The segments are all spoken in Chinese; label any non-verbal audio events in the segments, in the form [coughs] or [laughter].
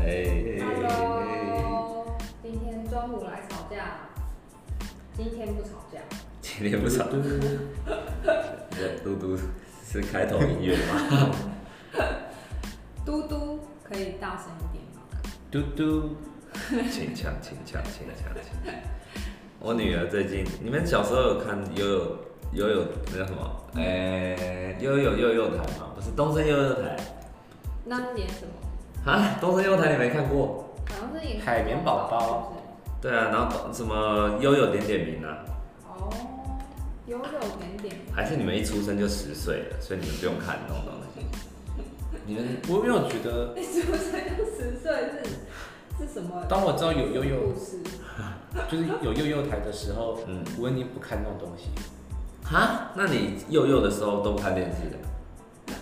哎今天不吵架。今天不吵，对对对这嘟嘟是开头音乐吗？嘟嘟可以大声一点吗？嘟嘟，请抢，请抢，请抢，请抢。我女儿最近，你们小时候有看悠悠悠悠那叫什么？哎、悠悠悠悠台吗？不是东森悠悠台那演什么？啊？东森悠悠台你没看过？好像是演海绵宝宝是不是对啊，然后什么悠悠点点名啊？哦，有有点点，还是你们一出生就十岁了，所以你们不用看那种东西。你们对，我没有觉得， [laughs] 你是不是要十岁是是什么当我知道有悠悠故，事？就是有悠悠台的时候，嗯我已经不看那种东西。哈？那你幼幼的时候都不看电视的？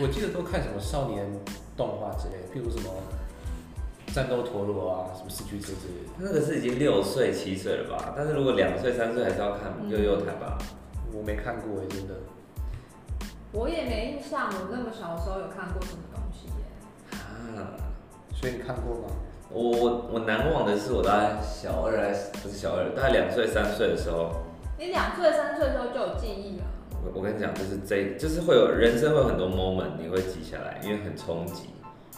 我记得都看什么少年动画之类，譬如什么战斗陀螺啊，什么四驱车之类的。那个是已经六岁七岁了吧？但是如果两岁三岁还是要看嗯幼幼台吧？我没看过耶，真的。我也没印象，我那么小的时候有看过什么东西耶？啊，所以你看过吗？我我我难忘的是我大概小二还是不是小二，大概两岁三岁的时候，你两岁三岁的时候就有记忆了。我我跟你讲，就是这就是会有人生会有很多 moment 你会记下来，因为很冲击，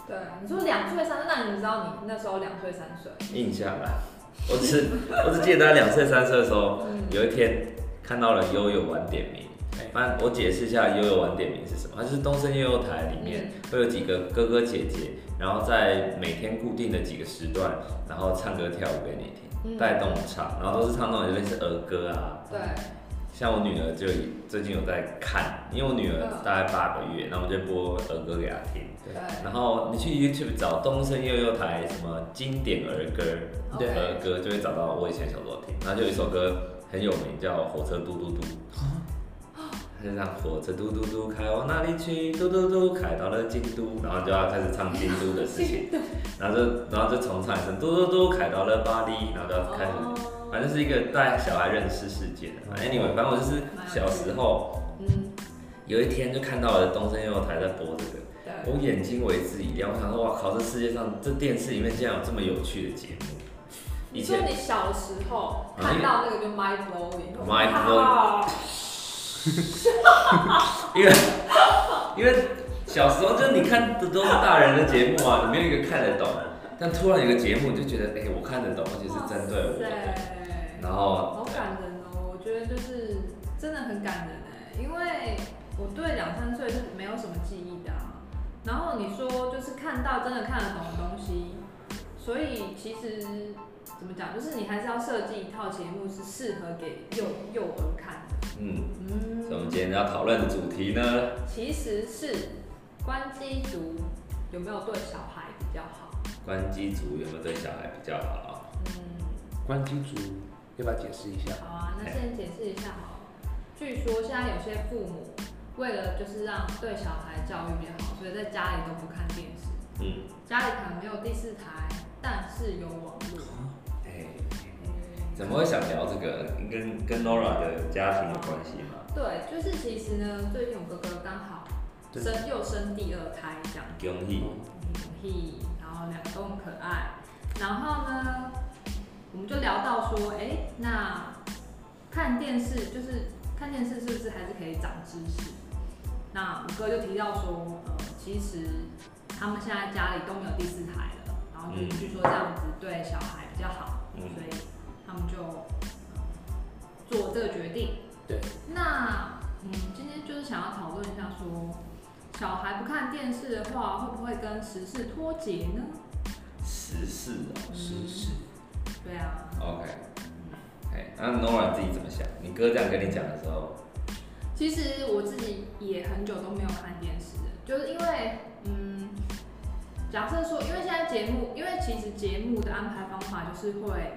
对，你说两岁三岁，那你知道你那时候两岁三岁？印象啦。 [laughs] 我只是我只记得大概两岁三岁的时候，嗯，有一天看到了悠悠玩点名哎。反正我解释一下悠悠玩点名是什么，它就是东森悠悠嗯台里面会有几个哥哥姐姐，然后在每天固定的几个时段，然后唱歌跳舞给你听，嗯带动唱，然后都是唱那种有点是儿歌啊。对，像我女儿就最近有在看，因为我女儿大概八个月，那我就播儿歌给她听。对，然后你去 YouTube 找东森悠悠台什么经典儿歌，对儿呃歌就会找到我以前小时候听，然后就有一首歌很有名，叫《火车嘟嘟嘟》。它就像火车嘟嘟嘟开往哪里去？嘟嘟嘟开到了京都，然后就要开始唱京都的事情，然后就然后就重唱一声嘟嘟嘟开到了巴黎，然后就要开哦始，呃反正是一个带小孩认识世界的。Anyway，反正我就是小时候嗯，有一天就看到了东森悠悠台在播这个，对，我眼睛为之一亮，我想说，哇靠，这世界上这电视里面竟然有这么有趣的节目。以你说前你小时候啊看到那个就 mind blowing。 mind 哇因为 [laughs] 因为小时候就是你看的都是大人的节目啊，你没有一个看得懂。但突然有个节目，你就觉得，哎、我看得懂，而且是针对我的。对。然后好感人哦！我觉得就是真的很感人哎，因为我对两三岁是没有什么记忆的、啊。然后你说就是看到真的看得懂的东西，所以其实怎么讲，就是你还是要设计一套节目是适合给幼幼儿看的。嗯，所以我们嗯，今天要讨论的主题呢，其实是关机族有没有对小孩比较好？关机族有没有对小孩比较好？啊嗯，关机族要不要解释一下？好啊，哎那先解释一下好了。据说现在有些父母为了就是让对小孩教育也好，所以在家里都不看电视，嗯，家里可能没有第四台，但是有网络。哎、怎么会想聊这个？跟跟 Nora 的家庭有关系吗？对，就是其实呢，最近我哥哥刚好对生又生第二胎这样，恭喜，嘿，然后两个都很可爱。然后呢，我们就聊到说，哎，那看电视就是看电视是不是还是可以长知识？那我哥就提到说，呃，其实他们现在家里都没有第四台了，然后就是嗯据说这样子对小孩比较好，嗯所以他们就、呃做这个决定。对，那嗯，今天就是想要讨论一下说，小孩不看电视的话，会不会跟时事脱节呢？时事啊是是，对啊，哦，OK，哎，那 Nora 自己怎么想？你哥这样跟你讲的时候，其实我自己也很久都没有看电视了，就是因为嗯，假设说，因为现在节目，因为其实节目的安排方法就是会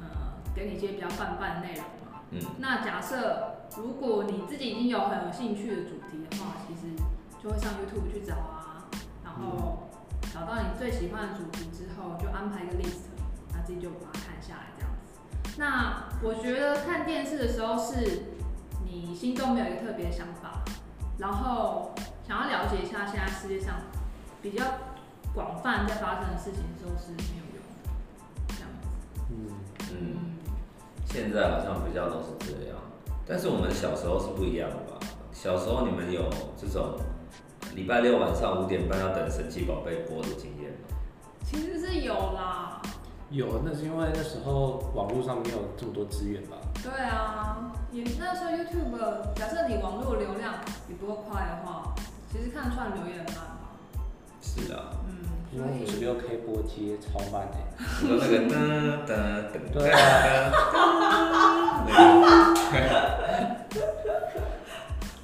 呃给你一些比较泛泛的内容嘛。嗯，那假设如果你自己已经有很有兴趣的主题的话，其实就会上 YouTube 去找啊，然后找到你最喜欢的主题之后，就安排一个 list，那自己就把它看下来这样子。那我觉得看电视的时候是你心中没有一个特别的想法，然后想要了解一下现在世界上比较广泛在发生的事情的时候是没有用的，这样子。嗯，嗯，现在好像比较都是这样，但是我们小时候是不一样的吧？小时候你们有这种礼拜六晚上五点半要等神奇宝贝播的经验吗？其实是有啦，有，那是因为那时候网络上没有这么多资源吧。对啊，也那时候 YouTube，假设你网络流量也不够快的话，其实看串流也很慢嘛，是啊，嗯，因所为五十以六 K 波接超慢的、你说那个噔噔噔对啊，那个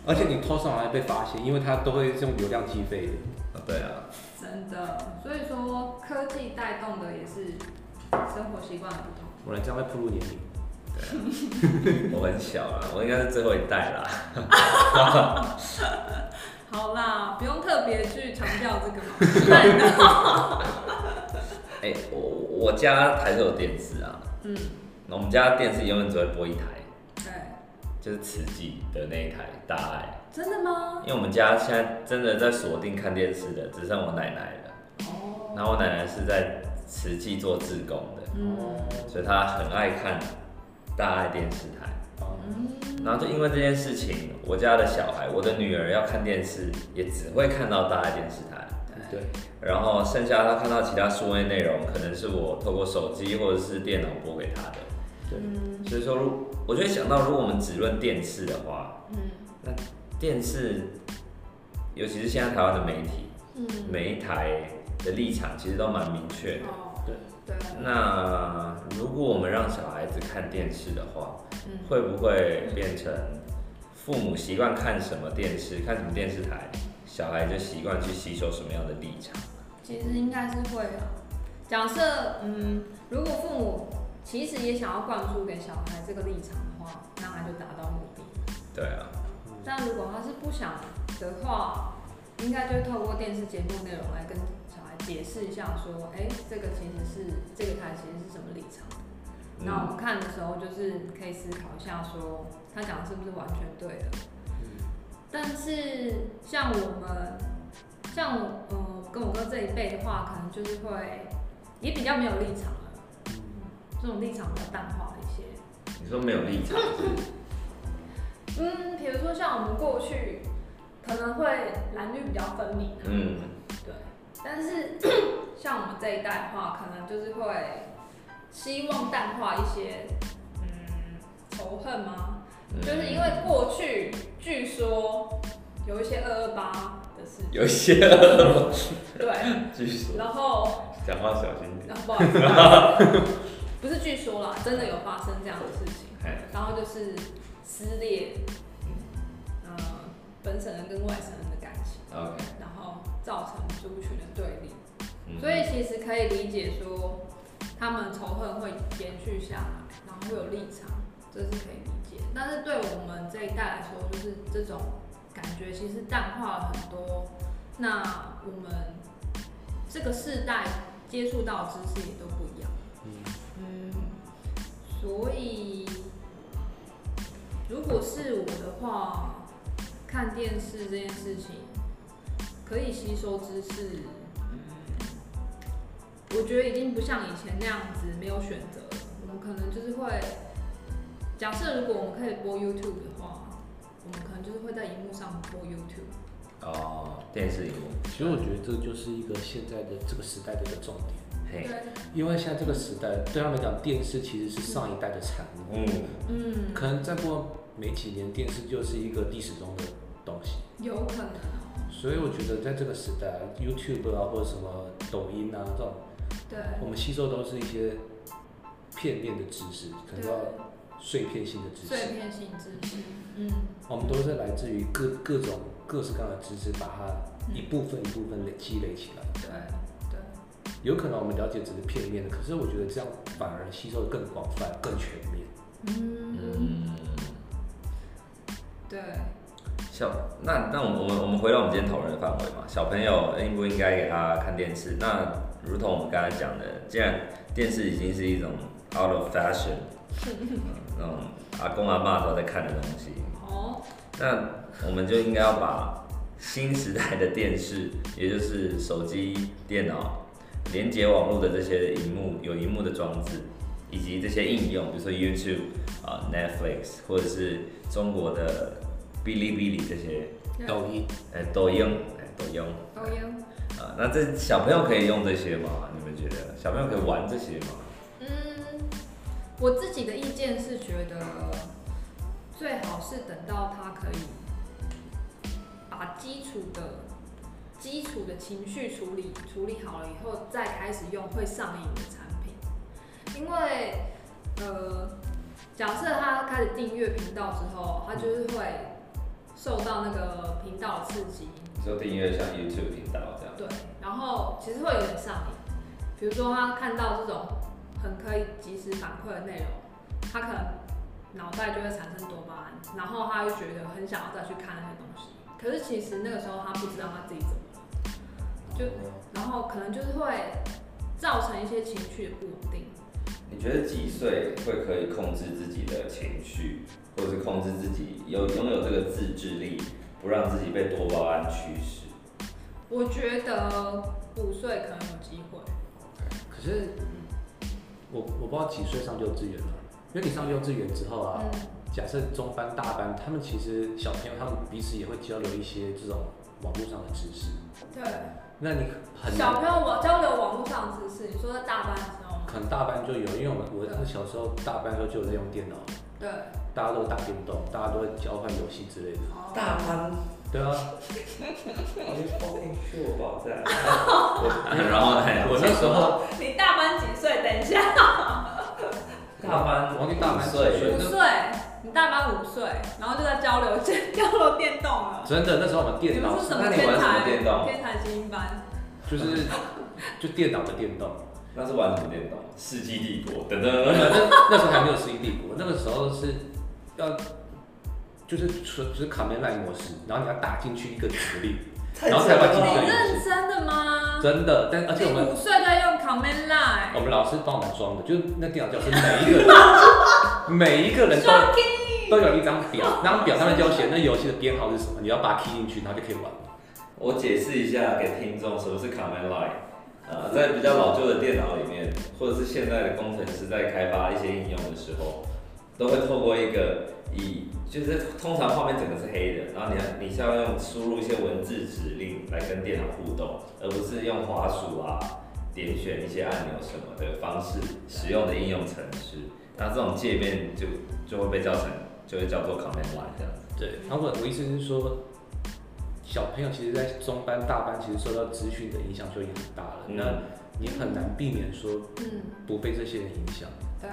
而且你偷上来被发现，因为它都会用流量计费的。啊 [laughs] 对啊，真的，所以说科技带动的也是生活习惯的不同。我来这样会暴露年龄。我很小啊，我应该是最后一代啦。好啦，不用特别去强调这个嘛。那 [laughs] 你呢哎、我我家还是有电视啊，嗯，那我们家电视永远只会播一台，对，就是慈济的那一台大爱，真的吗？因为我们家现在真的在锁定看电视的只剩我奶奶了。哦，然后我奶奶是在慈济做志工的，嗯所以她很爱看大爱电视台。哦嗯，然后就因为这件事情，我家的小孩，我的女儿要看电视，也只会看到大爱电视台。对，然后剩下她看到其他数位内容，可能是我透过手机或者是电脑播给她的。对嗯所以说，如我就会想到，如果我们只论电视的话，嗯电视，尤其是现在台湾的媒体，嗯，每一台的立场其实都蛮明确的。哦，对对，那如果我们让小孩子看电视的话，嗯会不会变成父母习惯看什么电视，看什么电视台，小孩就习惯去吸收什么样的立场？其实应该是会啊。假设，嗯，如果父母其实也想要灌输给小孩这个立场的话，那他就达到目的。对啊，但如果他是不想的话，应该就透过电视节目内容来跟小孩解释一下，说，哎、这个其实是这个台其实是什么立场。那嗯，我们看的时候，就是可以思考一下说他讲的是不是完全对的。嗯但是像我们，像我，嗯、跟我哥这一辈的话，可能就是会也比较没有立场了，这种立场比较淡化了一些。你说没有立场是不是嗯，比如说像我们过去可能会蓝绿比较分明、啊，嗯，对。但是 [coughs] 像我们这一代的话，可能就是会希望淡化一些，嗯，仇恨吗？嗯就是因为过去据说有一些二二八的事情，有一些恶，对，据说然后讲话小心点。然后啊不好意思不好意思， [laughs] 不是据说啦，真的有发生这样的事情，哎，然后就是撕裂，嗯、呃，本省人跟外省人的感情， OK，然后造成族群的对立，嗯所以其实可以理解说他们仇恨会延续下来，然后会有立场，这是可以理解。但是对我们这一代来说，就是这种感觉其实淡化了很多。那我们这个世代接触到的知识也都不一样，嗯，嗯，所以如果是我的话，看电视这件事情可以吸收知识，嗯，我觉得已经不像以前那样子没有选择了。我们可能就是会，假设如果我们可以播 YouTube 的话，我们可能就是会在荧幕上播 YouTube。哦，电视荧幕，其实我觉得这就是一个现在的这个时代的一个重点，嘿，对，因为现在这个时代对他们来讲，电视其实是上一代的产物，嗯，嗯，可能再过没几年，电视就是一个历史中的东西。有可能哦。所以我觉得在这个时代，YouTube 啊或者什么抖音啊这种，对，我们吸收都是一些片面的知识，可能对要，碎片性的知碎识。片性知识，嗯，我们都是来自于各各种各式各样的知识，把它一部分一部分累积累起来。对对。有可能我们了解只是片面的，可是我觉得这样反而吸收得更广泛、更全面。嗯，嗯。对，小那那我们我们我们回到我们今天讨论的范围嘛，小朋友应不应该给他看电视？那如同我们刚才讲的，既然电视已经是一种 out of fashion，嗯那种阿公阿妈都在看的东西，哦，那我们就应该要把新时代的电视， [laughs] 也就是手机、电脑、连接网络的这些荧幕有荧幕的装置，一以及这些应用，比如说 YouTube 啊、Netflix 或者是中国的哔哩哔哩这些，抖音哎、抖音，哎、抖音，抖音，啊，那这小朋友可以用这些吗？你们觉得小朋友可以玩这些吗？嗯，我自己的意见是觉得最好是等到他可以把基础的基础的情绪处理处理好了以后，再开始用会上瘾的产品，因为呃，假设他开始订阅频道之后，他就是会受到那个频道的刺激，就订阅像 YouTube 频道这样。对，然后其实会有点上瘾。比如说他看到这种很可以及时反馈的内容，他可能脑袋就会产生多巴胺，然后他就觉得很想要再去看那些东西。可是其实那个时候他不知道他自己怎么了，就哦然后可能就是会造成一些情绪的不稳定。你觉得几岁会可以控制自己的情绪，或者是控制自己有拥有这个自制力，不让自己被多巴胺驱使？我觉得五岁可能有机会，可是嗯我我不知道几岁上幼稚园了，因为你上幼稚园之后啊，嗯，假设中班、大班，他们其实小朋友他们彼此也会交流一些这种网络上的知识，对，那你很小难，朋友网交流网络上的知识，你说在大班的时候吗？可能大班就有，因为我们我那小时候大班的时候就有在用电脑，对，大家都打电动，大家都会交换游戏之类的。哦班，对啊，你 fucking sure 吧？这样。然后呢？我那时候你大班几岁？等一下。大班，忘记大班五岁几岁五岁，你大班五岁，然后就在交流交流电动了。真的那时候我们你电脑们是什么那你天玩什么才？电动天才精英班。就是就电脑的电动，那是玩什么电动？《世纪帝国》等等。反正那时候还没有《世纪帝国》，那个时候是要就是纯只是卡梅赖模式，然后你要打进去一个指令，然后才把你竞争了。认真的吗？真的，但而且你我们 [laughs] 五岁在用 Command 我 Line。们老师帮我们装的，就是那电脑教室每一个人每一个人 [laughs] 都 Shocking！都有一张表，那张表上面就要写那游戏的编号是什么，你要把它 key 进去，然后就可以玩。我解释一下给听众什么是 command line。呃，在比较老旧的电脑里面，或者是现在的工程师在开发一些应用的时候，都会透过一个以就是通常画面整个是黑的，然后你要你是要用输入一些文字指令来跟电脑互动，而不是用滑鼠啊点选一些按钮什么的方式使用的应用程式。那这种界面就就会被叫成就会叫做 command line 这样子。对，然后我我意思是说，小朋友其实，在中班、大班，其实受到资讯的影响就已经很大了，嗯那你很难避免说嗯，不被这些人影响。对，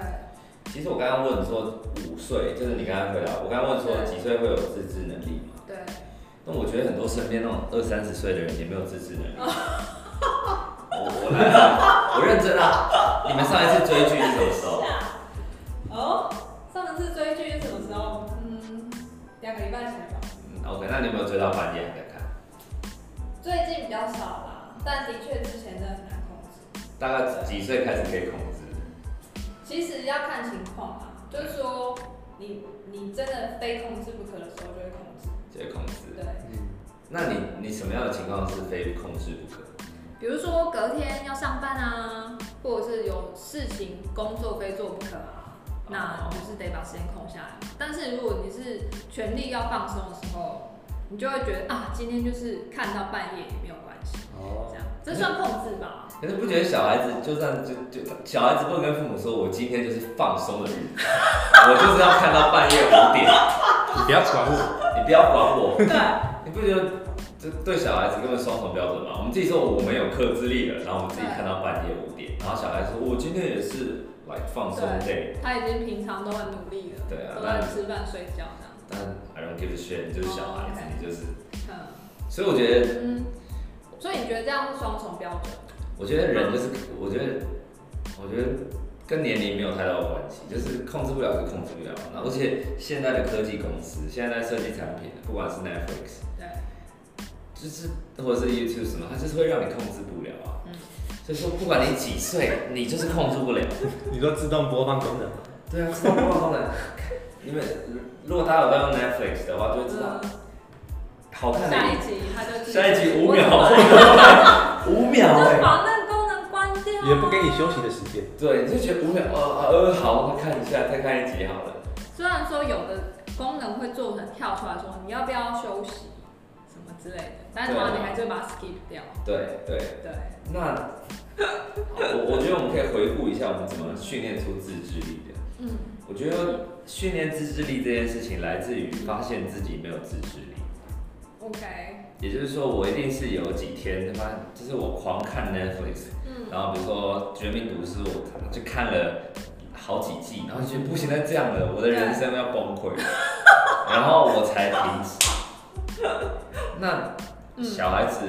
其实我刚刚问说五岁，就是你刚刚回答，我刚刚问说对几岁会有自制能力嘛？对，那我觉得很多身边那种二三十岁的人也没有自制能力。我我来了，我认真啊！你们上一次追剧是什么时候？哦，上次追剧是什么时候？嗯，两个礼拜前吧。嗯，OK，那你有没有追到半夜还在看？最近比较少啦，但的确之前真的很难控制。大概几岁开始可以控制？其实要看情况啊，就是说你你真的非控制不可的时候就会控制，这个控制？对。嗯，那你你什么样的情况是非控制不可？比如说隔天要上班啊，或者是有事情工作非做不可啊，那就是得把时间空下来。但是如果你是全力要放松的时候，你就会觉得啊，今天就是看到半夜也没有关系，这哦，样这算控制 [laughs] 吧？可是不觉得小孩子就算就就小孩子不能跟父母说，我今天就是放松的日子，我就是要看到半夜五点，你不要管我。你不要管我。对，你不觉得这对小孩子根本双重标准吗？我们自己说我们有克制力了，然后我们自己看到半夜五点，然后小孩说我今天也是来放松 day，他已经平常都很努力了，对啊都那在你吃饭睡觉这样。但 I don't give a shit，你就是小孩子哦，你就是。嗯所以我觉得，嗯，所以你觉得这样是双重标准？我觉得人就是，我觉得，我觉得跟年龄没有太大的关系，就是控制不了就控制不了。然后而且现在的科技公司，现在在设计产品，不管是 Netflix，对，就是或者是 YouTube 什么，它就是会让你控制不了啊。嗯所以说，不管你几岁，你就是控制不了。你说自动播放功能，对啊，自动播放的。你们如果大家有在用 Netflix 的话，就会知道嗯好看的下一集他就继续下一集五我怎么秒办，五秒就哎、把那个功能关掉啊也不给你休息的时间。对，你就觉得无聊，呃呃，好，那看一下，再看一集好了。虽然说有的功能会做成跳出来说你要不要休息什么之类的，但是通常你还是会把它 skip 掉。对对，对，那好我我觉得我们可以回顾一下我们怎么训练出自制力的。嗯，我觉得训练自制力这件事情来自于发现自己没有自制力。 OK，也就是说，我一定是有几天，他妈就是我狂看 Netflix，嗯，然后比如说《绝命毒师》，我可能就看了好几季，然后就觉得不行，再这样了，我的人生要崩溃，然后我才停止。那嗯小孩子，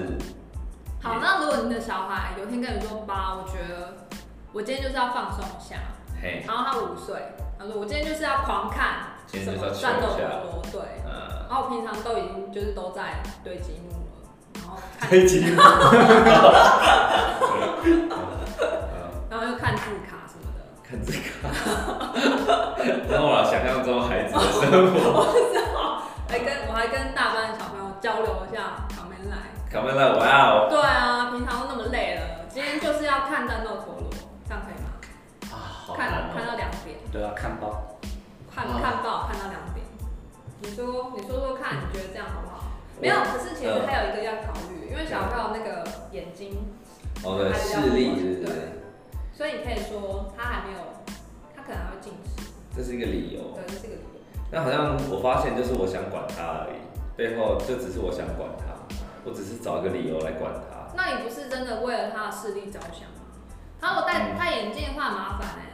好，那如果你的小孩有一天跟你说爸，我觉得我今天就是要放松一下，嘿，然后他五岁，他说我今天就是要狂看今什天就是么要战斗休一下陀螺，对，呃，然后我平常都已经就是都在堆积木了，然后看，推 [laughs] 进，然后又看字卡什么 [laughs] 的，看这个，然后我想象中孩子的生活。还跟我还跟大班的小朋友交流一下旁边来。卡梅拉，哇哦！对啊，平常都那么累了，今天就是要看战斗陀螺，这样可以吗？好看难看哦。到两点，对啊，看报。看哦看到看到两点。你说你说说看，你觉得这样好不好？我没有，可是其实嗯还有一个要考虑，因为小朋友那个眼睛，哦，对，视力是不是？所以你可以说他还没有，他可能还会近视，这是一个理由。对，这是个理由。但好像我发现，就是我想管他而已，背后就只是我想管他，我只是找一个理由来管他。那你不是真的为了他的视力着想吗？他如果戴嗯戴眼镜的话很麻烦哎、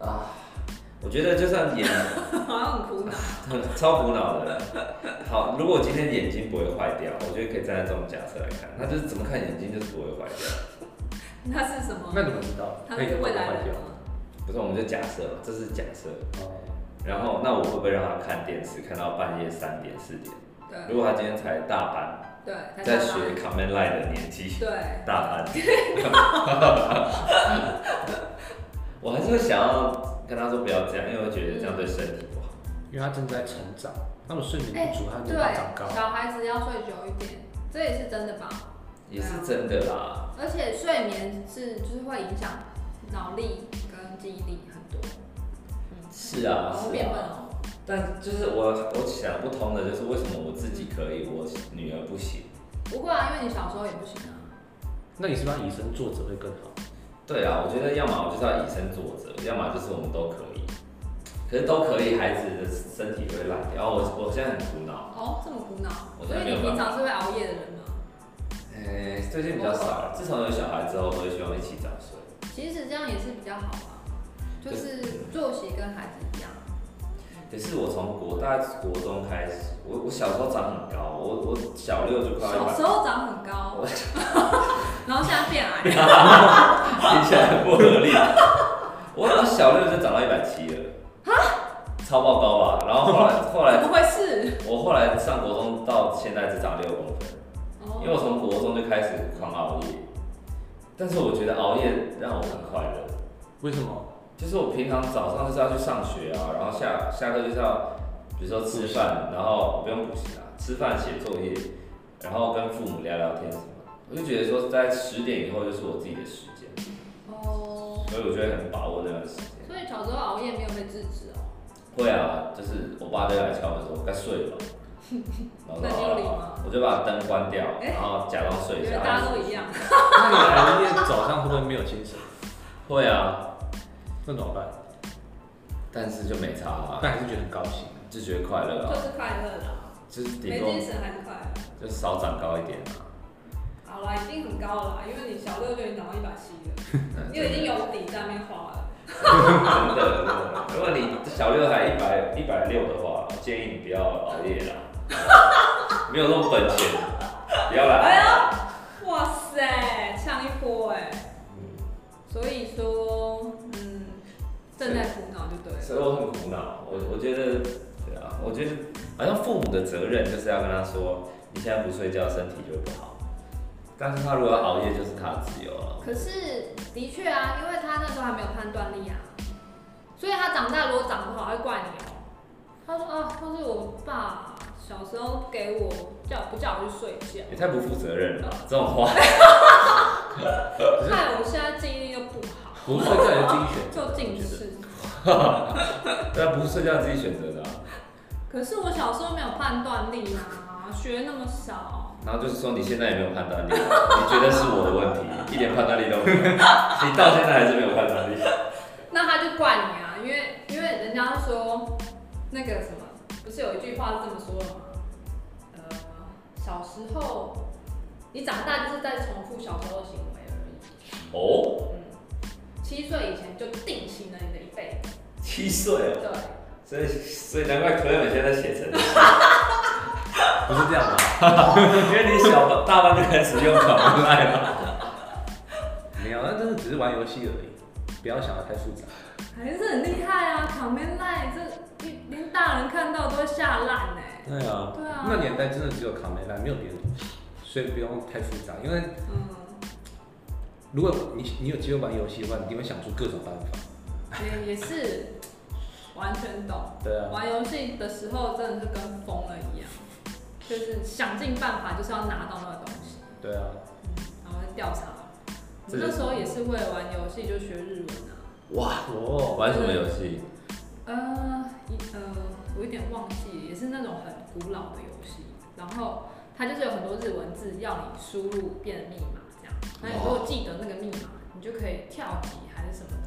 嗯，我觉得就算眼 [laughs] 好像很苦恼。超苦恼的，好，如果今天眼睛不会坏掉，我觉得可以站在这种假设来看，他就是怎么看眼睛就是不会坏掉。那是什么那？你们知道？他那你是哦们未来坏人掉。吗？不是，我们就假设，这是假设。哦然后，那我会不会让他看电视看到半夜三点四点？对。如果他今天才大班，对，他在上学班 Command Line 的年纪，对，大班，我还是会想要跟他说不要这样，因为我觉得这样对身体不好。因为他正在成长，他们睡眠不足，他没办法长高对，。小孩子要睡久一点，这也是真的吧？也是真的啦，而且睡眠是就是会影响脑力跟记忆力很多，是啊，然后是变笨啊。哦。但就是我我想不通的就是为什么我自己可以，我女儿不行？不过啊，因为你小时候也不行啊。那你是不是要以身作则会更好？对啊，我觉得要么我就是要以身作则，要么就是我们都可以。可是都可以，孩子的身体会烂掉。然后我我现在很苦恼，哦，这么苦恼，我所真的以没有办法你平常是会熬夜的人吗？哎、最近比较少了。自从有小孩之后，我也希望一起早睡。其实这样也是比较好啊，就是作息跟孩子一样。可是我从国大概国中开始，我我小时候长很高，我我小六就快要一小百时，候长很高啊我， [laughs] 然后现在 [laughs] 变 [laughs] 矮。听起来很不合理。我我小六就长到一百七了，超爆高吧？然后后来后怎来么回事？我后来上国中到现在只长六公分，因为哦，我从国中就开始狂熬夜，但是我觉得熬夜让我很快乐。为什么？就是我平常早上就是要去上学啊，然后下下课就是要，比如说吃饭，然后不用补习啊，吃饭写作业，然后跟父母聊聊天什么的，我就觉得说在十点以后就是我自己的时间，哦，所以我觉得很把握那段时间。所以小时候熬夜没有被制止哦。会啊，就是我爸就来敲门说该睡了吧，然后我 [laughs] 那说好你有理了好吗了，我就把灯关掉，然后假装睡一因为下。大家都一样。那你来夜早上会不会没有精神？会啊，那怎么办？但是就没差啊，但还是觉得很高兴。就觉得快乐就啊，是快乐啦，就是顶没多精神还是快乐。就少长高一点 [laughs] 啊。好啦，已经很高了啦，因为你小六就已经长到一百七了，嗯你已经有底在那边花了。真的，如果你小六还一百一百六的话，建议你不要熬夜啦， [laughs] 没有那么本钱，不要啦。哎呀，哇塞，呛一波哎、所以说，嗯，正在苦恼就对了。所以我很苦恼，我我觉得，对啊，我觉得好像父母的责任就是要跟他说，你现在不睡觉，身体就会不好。但是他如果要熬夜，就是他的自由啊了。可是的确啊，因为他那时候还没有判断力啊，哦所以他长大如果长不好，他会怪你哦、他说啊，都是我爸小时候给我叫不叫我去睡觉，也太不负责任了吧，这种话。 [laughs] 害我现在记忆力又不好，不是睡觉也是自己选 [laughs] 就近视。对啊，不是睡觉自己选择的、啊，可是我小时候没有判断力啊，学那么少，然后就是说你现在也没有判断力，你觉得是我的问题，一 [laughs] 点判断力都没有，你到现在还是没有判断力。那他就怪你啊，因为因为人家说那个什么，不是有一句话是这么说的吗？呃，小时候你长大就是在重复小时候的行为而已。哦，嗯，七岁以前就定型了你的一辈子。七岁哦，对。所以所以难怪可远现在写成，不是这样的、哦因为你小大班就开始用考文赖了。 [laughs] 没有，那真的只是玩游戏而已，不要想的太复杂。还是很厉害啊 c o m m a n Line 这一连大人看到都会吓烂哎。对啊，对啊。那年代真的只有卡梅拉，没有别的东西，所以不用太复杂。因为嗯，如果你你有机会玩游戏的话，你一定会想出各种办法。也也是完全懂。对啊，玩游戏的时候真的是跟疯了一样，就是想尽办法就是要拿到那个东西，对啊，然后再调查。我这那就是时候也是为了玩游戏就学日文啊。哇，哦，玩什么游戏？呃，一呃，我有点忘记，也是那种很古老的游戏，然后它就是有很多日文字要你输入变密码这样，那你如果记得那个密码，你就可以跳级还是什么的，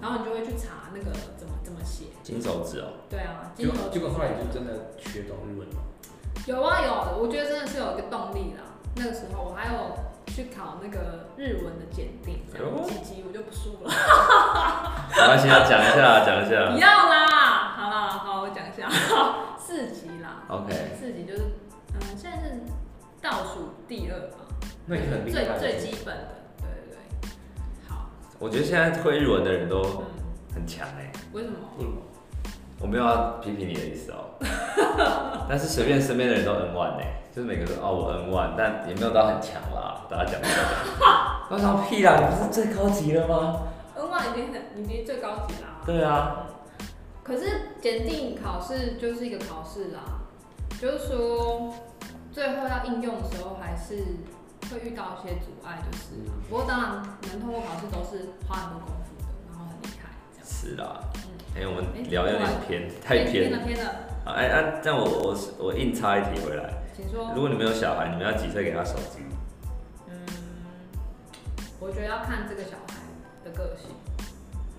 然后你就会去查那个怎么怎么写。金手指哦，对啊，结金果牛结果后来你就真的学懂日文了。有啊有，我觉得真的是有一个动力啦。那个时候我还有去考那个日文的检定，这哎样哦呦几级我就不输了。没关系啊，讲一下，讲一下啊 [laughs] 嗯不。要啦，好啦，好，我讲一下， [laughs] 四级啦。 OK，四级就是，嗯，现在是倒数第二吧，那也很厉害最了。最基本的，对对对。好，我觉得现在会日文的人都哦嗯，很强哎、为什么？为什么？我没有要批评你的意思哦， [laughs] 但是随便身边的人都 N 1哎、就是每个人哦我 N 1但也没有到很强啦，大家讲一下。 [laughs] 我想屁啦，你不是最高级了吗？ n 万已经很，已经最高级啦。对啊，可是检定考试就是一个考试啦，就是说最后要应用的时候还是会遇到一些阻碍，就是啦。不过当然能通过考试都是花很多功夫的，然后很厉害这样。是啦嗯。哎、我们聊有点偏，太哎偏偏了。了偏了，好哎、啊，这样我我是我硬插一题回来，请说。如果你们有小孩，你们要几岁给他手机？嗯，我觉得要看这个小孩的个性，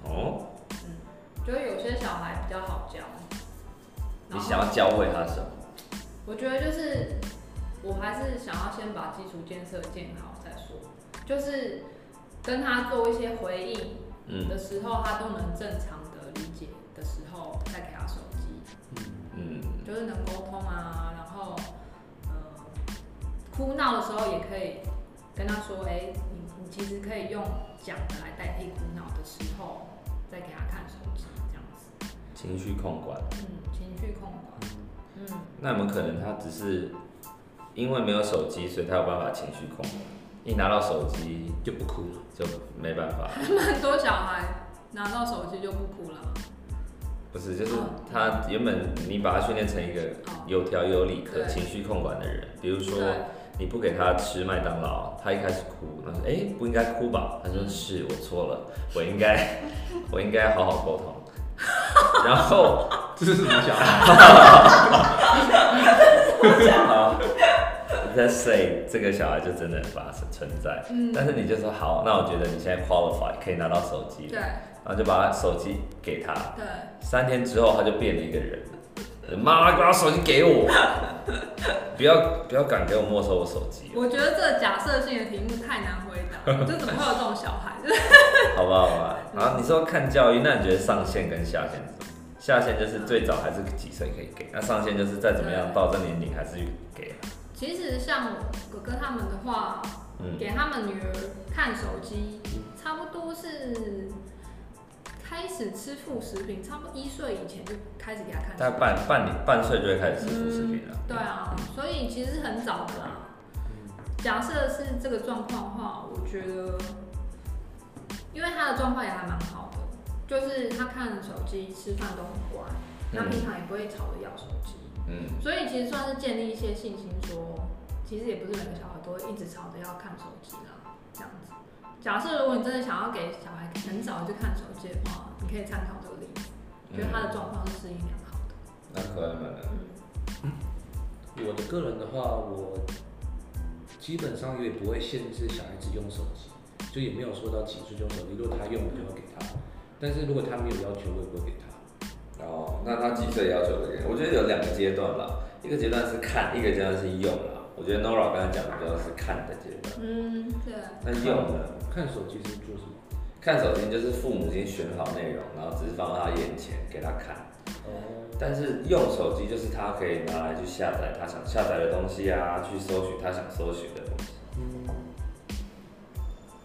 哦，觉得有些小孩比较好教。你想要教会他什么？我觉得就是，我还是想要先把基础建设建好再说，就是跟他做一些回应嗯的时候，他都能正常的理解的时候，再给他手机，嗯，就是能沟通啊，然后，呃，哭闹的时候也可以跟他说，哎、你你其实可以用讲的来代替哭闹的时候，再给他看手机这样子，情绪控管。嗯，情绪控管， [laughs] 嗯，那有没有可能他只是因为没有手机，所以他有办法情绪控管？一拿到手机就不哭了。就没办法，很多小孩拿到手机就不哭了。不是，就是他原本你把他训练成一个哦有条有理、可对情绪控管的人，比如说对，你不给他吃麦当劳，他一开始哭，他说：“哎、不应该哭吧？”他说：“是我错了，我应该， [laughs] 我应该好好沟通。” [laughs] 然后，这是什么小 [laughs] 孩？好，Let's 呃 say 这个小孩就真的发生存在，嗯，但是你就说好，那我觉得你现在 qualify 可以拿到手机对了，然后就把他手机给他，对，三天之后他就变了一个人。妈妈，把手机给我！不要不要敢给我没收我手机，我觉得这假设性的题目太难回答， [laughs] 就怎么会有这种小孩？就是好不好吧？好，你说看教育，那你觉得上限跟下限是什么？下限就是最早还是几岁可以给，那上限就是再怎么样对到这年龄还是给。其实像我哥哥他们的话，嗯，给他们女儿看手机，差不多是开始吃副食品，差不多一岁以前就开始给他看大手概机。半半年半岁就会开始吃副食品了。嗯对啊，所以其实很早的啦。假设是这个状况的话，我觉得，因为他的状况也还蛮好的，就是他看手机吃饭都很乖，那嗯平常也不会吵着要手机。嗯嗯，所以其实算是建立一些信心说其实也不是每个小孩都会一直吵着要看手机啦，这样子。假设如果你真的想要给小孩很早就看手机的话，你可以参考这个例子，觉得他的状况是适应良好的。那可爱们，嗯，我的个人的话，我基本上也不会限制小孩子用手机，就也没有说到几岁就用手机。如果他用，我就会给他；但是如果他没有要求，我也不会给他。哦，那他几岁要求的？我觉得有两个阶段啦，一个阶段是看，一个阶段是用啦。我觉得 Nora 刚才讲的比较是看的阶段，嗯，对，那用呢？看手机是做什么？看手机就是父母亲选好内容，然后只是放到他眼前给他看。哦，但是用手机就是他可以拿来去下载他想下载的东西啊，去搜寻他想搜寻的东西。嗯，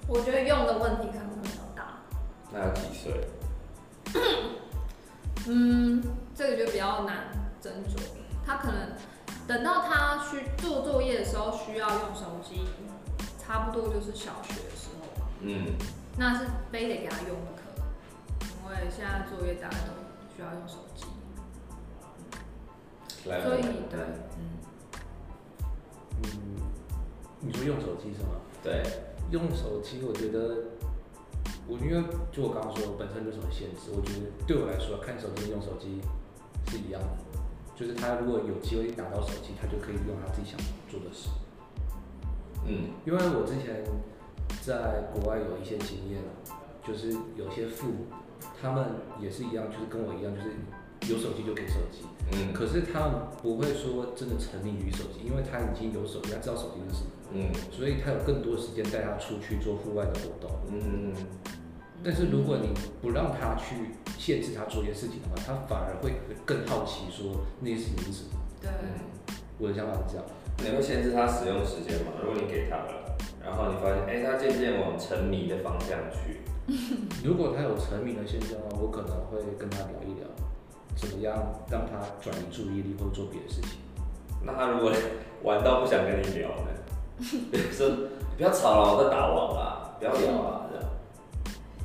我觉得用的问题可能会比较大。那要几岁？嗯，这个就比较难斟酌了。他可能等到他去做作业的时候需要用手机，差不多就是小学的时候吧，嗯，那是非得给他用不可，因为现在作业大家都需要用手机，来，所以对对，嗯，嗯，你说用手机是吗？对，用手机，我觉得我因为就我刚刚说，本身没有什么限制，我觉得对我来说，看手机跟用手机是一样的，就是他如果有机会拿到手机，他就可以用他自己想做的事。嗯因为我之前在国外有一些经验啊，就是有些父母他们也是一样，就是跟我一样，就是有手机就给手机，嗯可是他们不会说真的沉迷于手机，因为他已经有手机，他知道手机是什么，嗯所以他有更多的时间带他出去做户外的活动。嗯，但是如果你不让他去限制他做一些事情的话，他反而会更好奇说那些事情是什么。对，我的想法是这样，你会限制他使用时间吗？如果你给他了，然后你发现，哎、他渐渐往沉迷的方向去，如果他有沉迷的现象的话，我可能会跟他聊一聊，怎么样让他转移注意力或者做别的事情。那他如果玩到不想跟你聊呢？ [laughs] 说不要吵了，我在打网啊啦，不要聊啦，这样，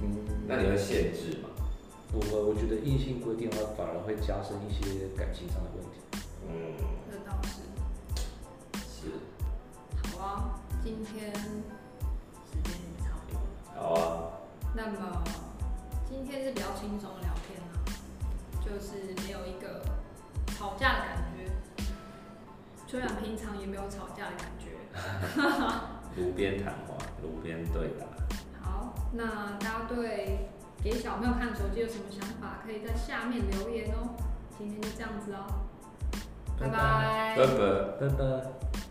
嗯，那你会限制吗？我我我觉得硬性规定的话，反而会加深一些感情上的问题。嗯，这倒是。是，好啊，今天时间也差不多了，好啊。那么今天是比较轻松的聊天啊，就是没有一个吵架的感觉，虽然平常也没有吵架的感觉。炉边谈话，炉边对答。好，那大家对给小朋友看手机有什么想法，可以在下面留言哦。今天就这样子哦，拜拜拜拜。拜拜。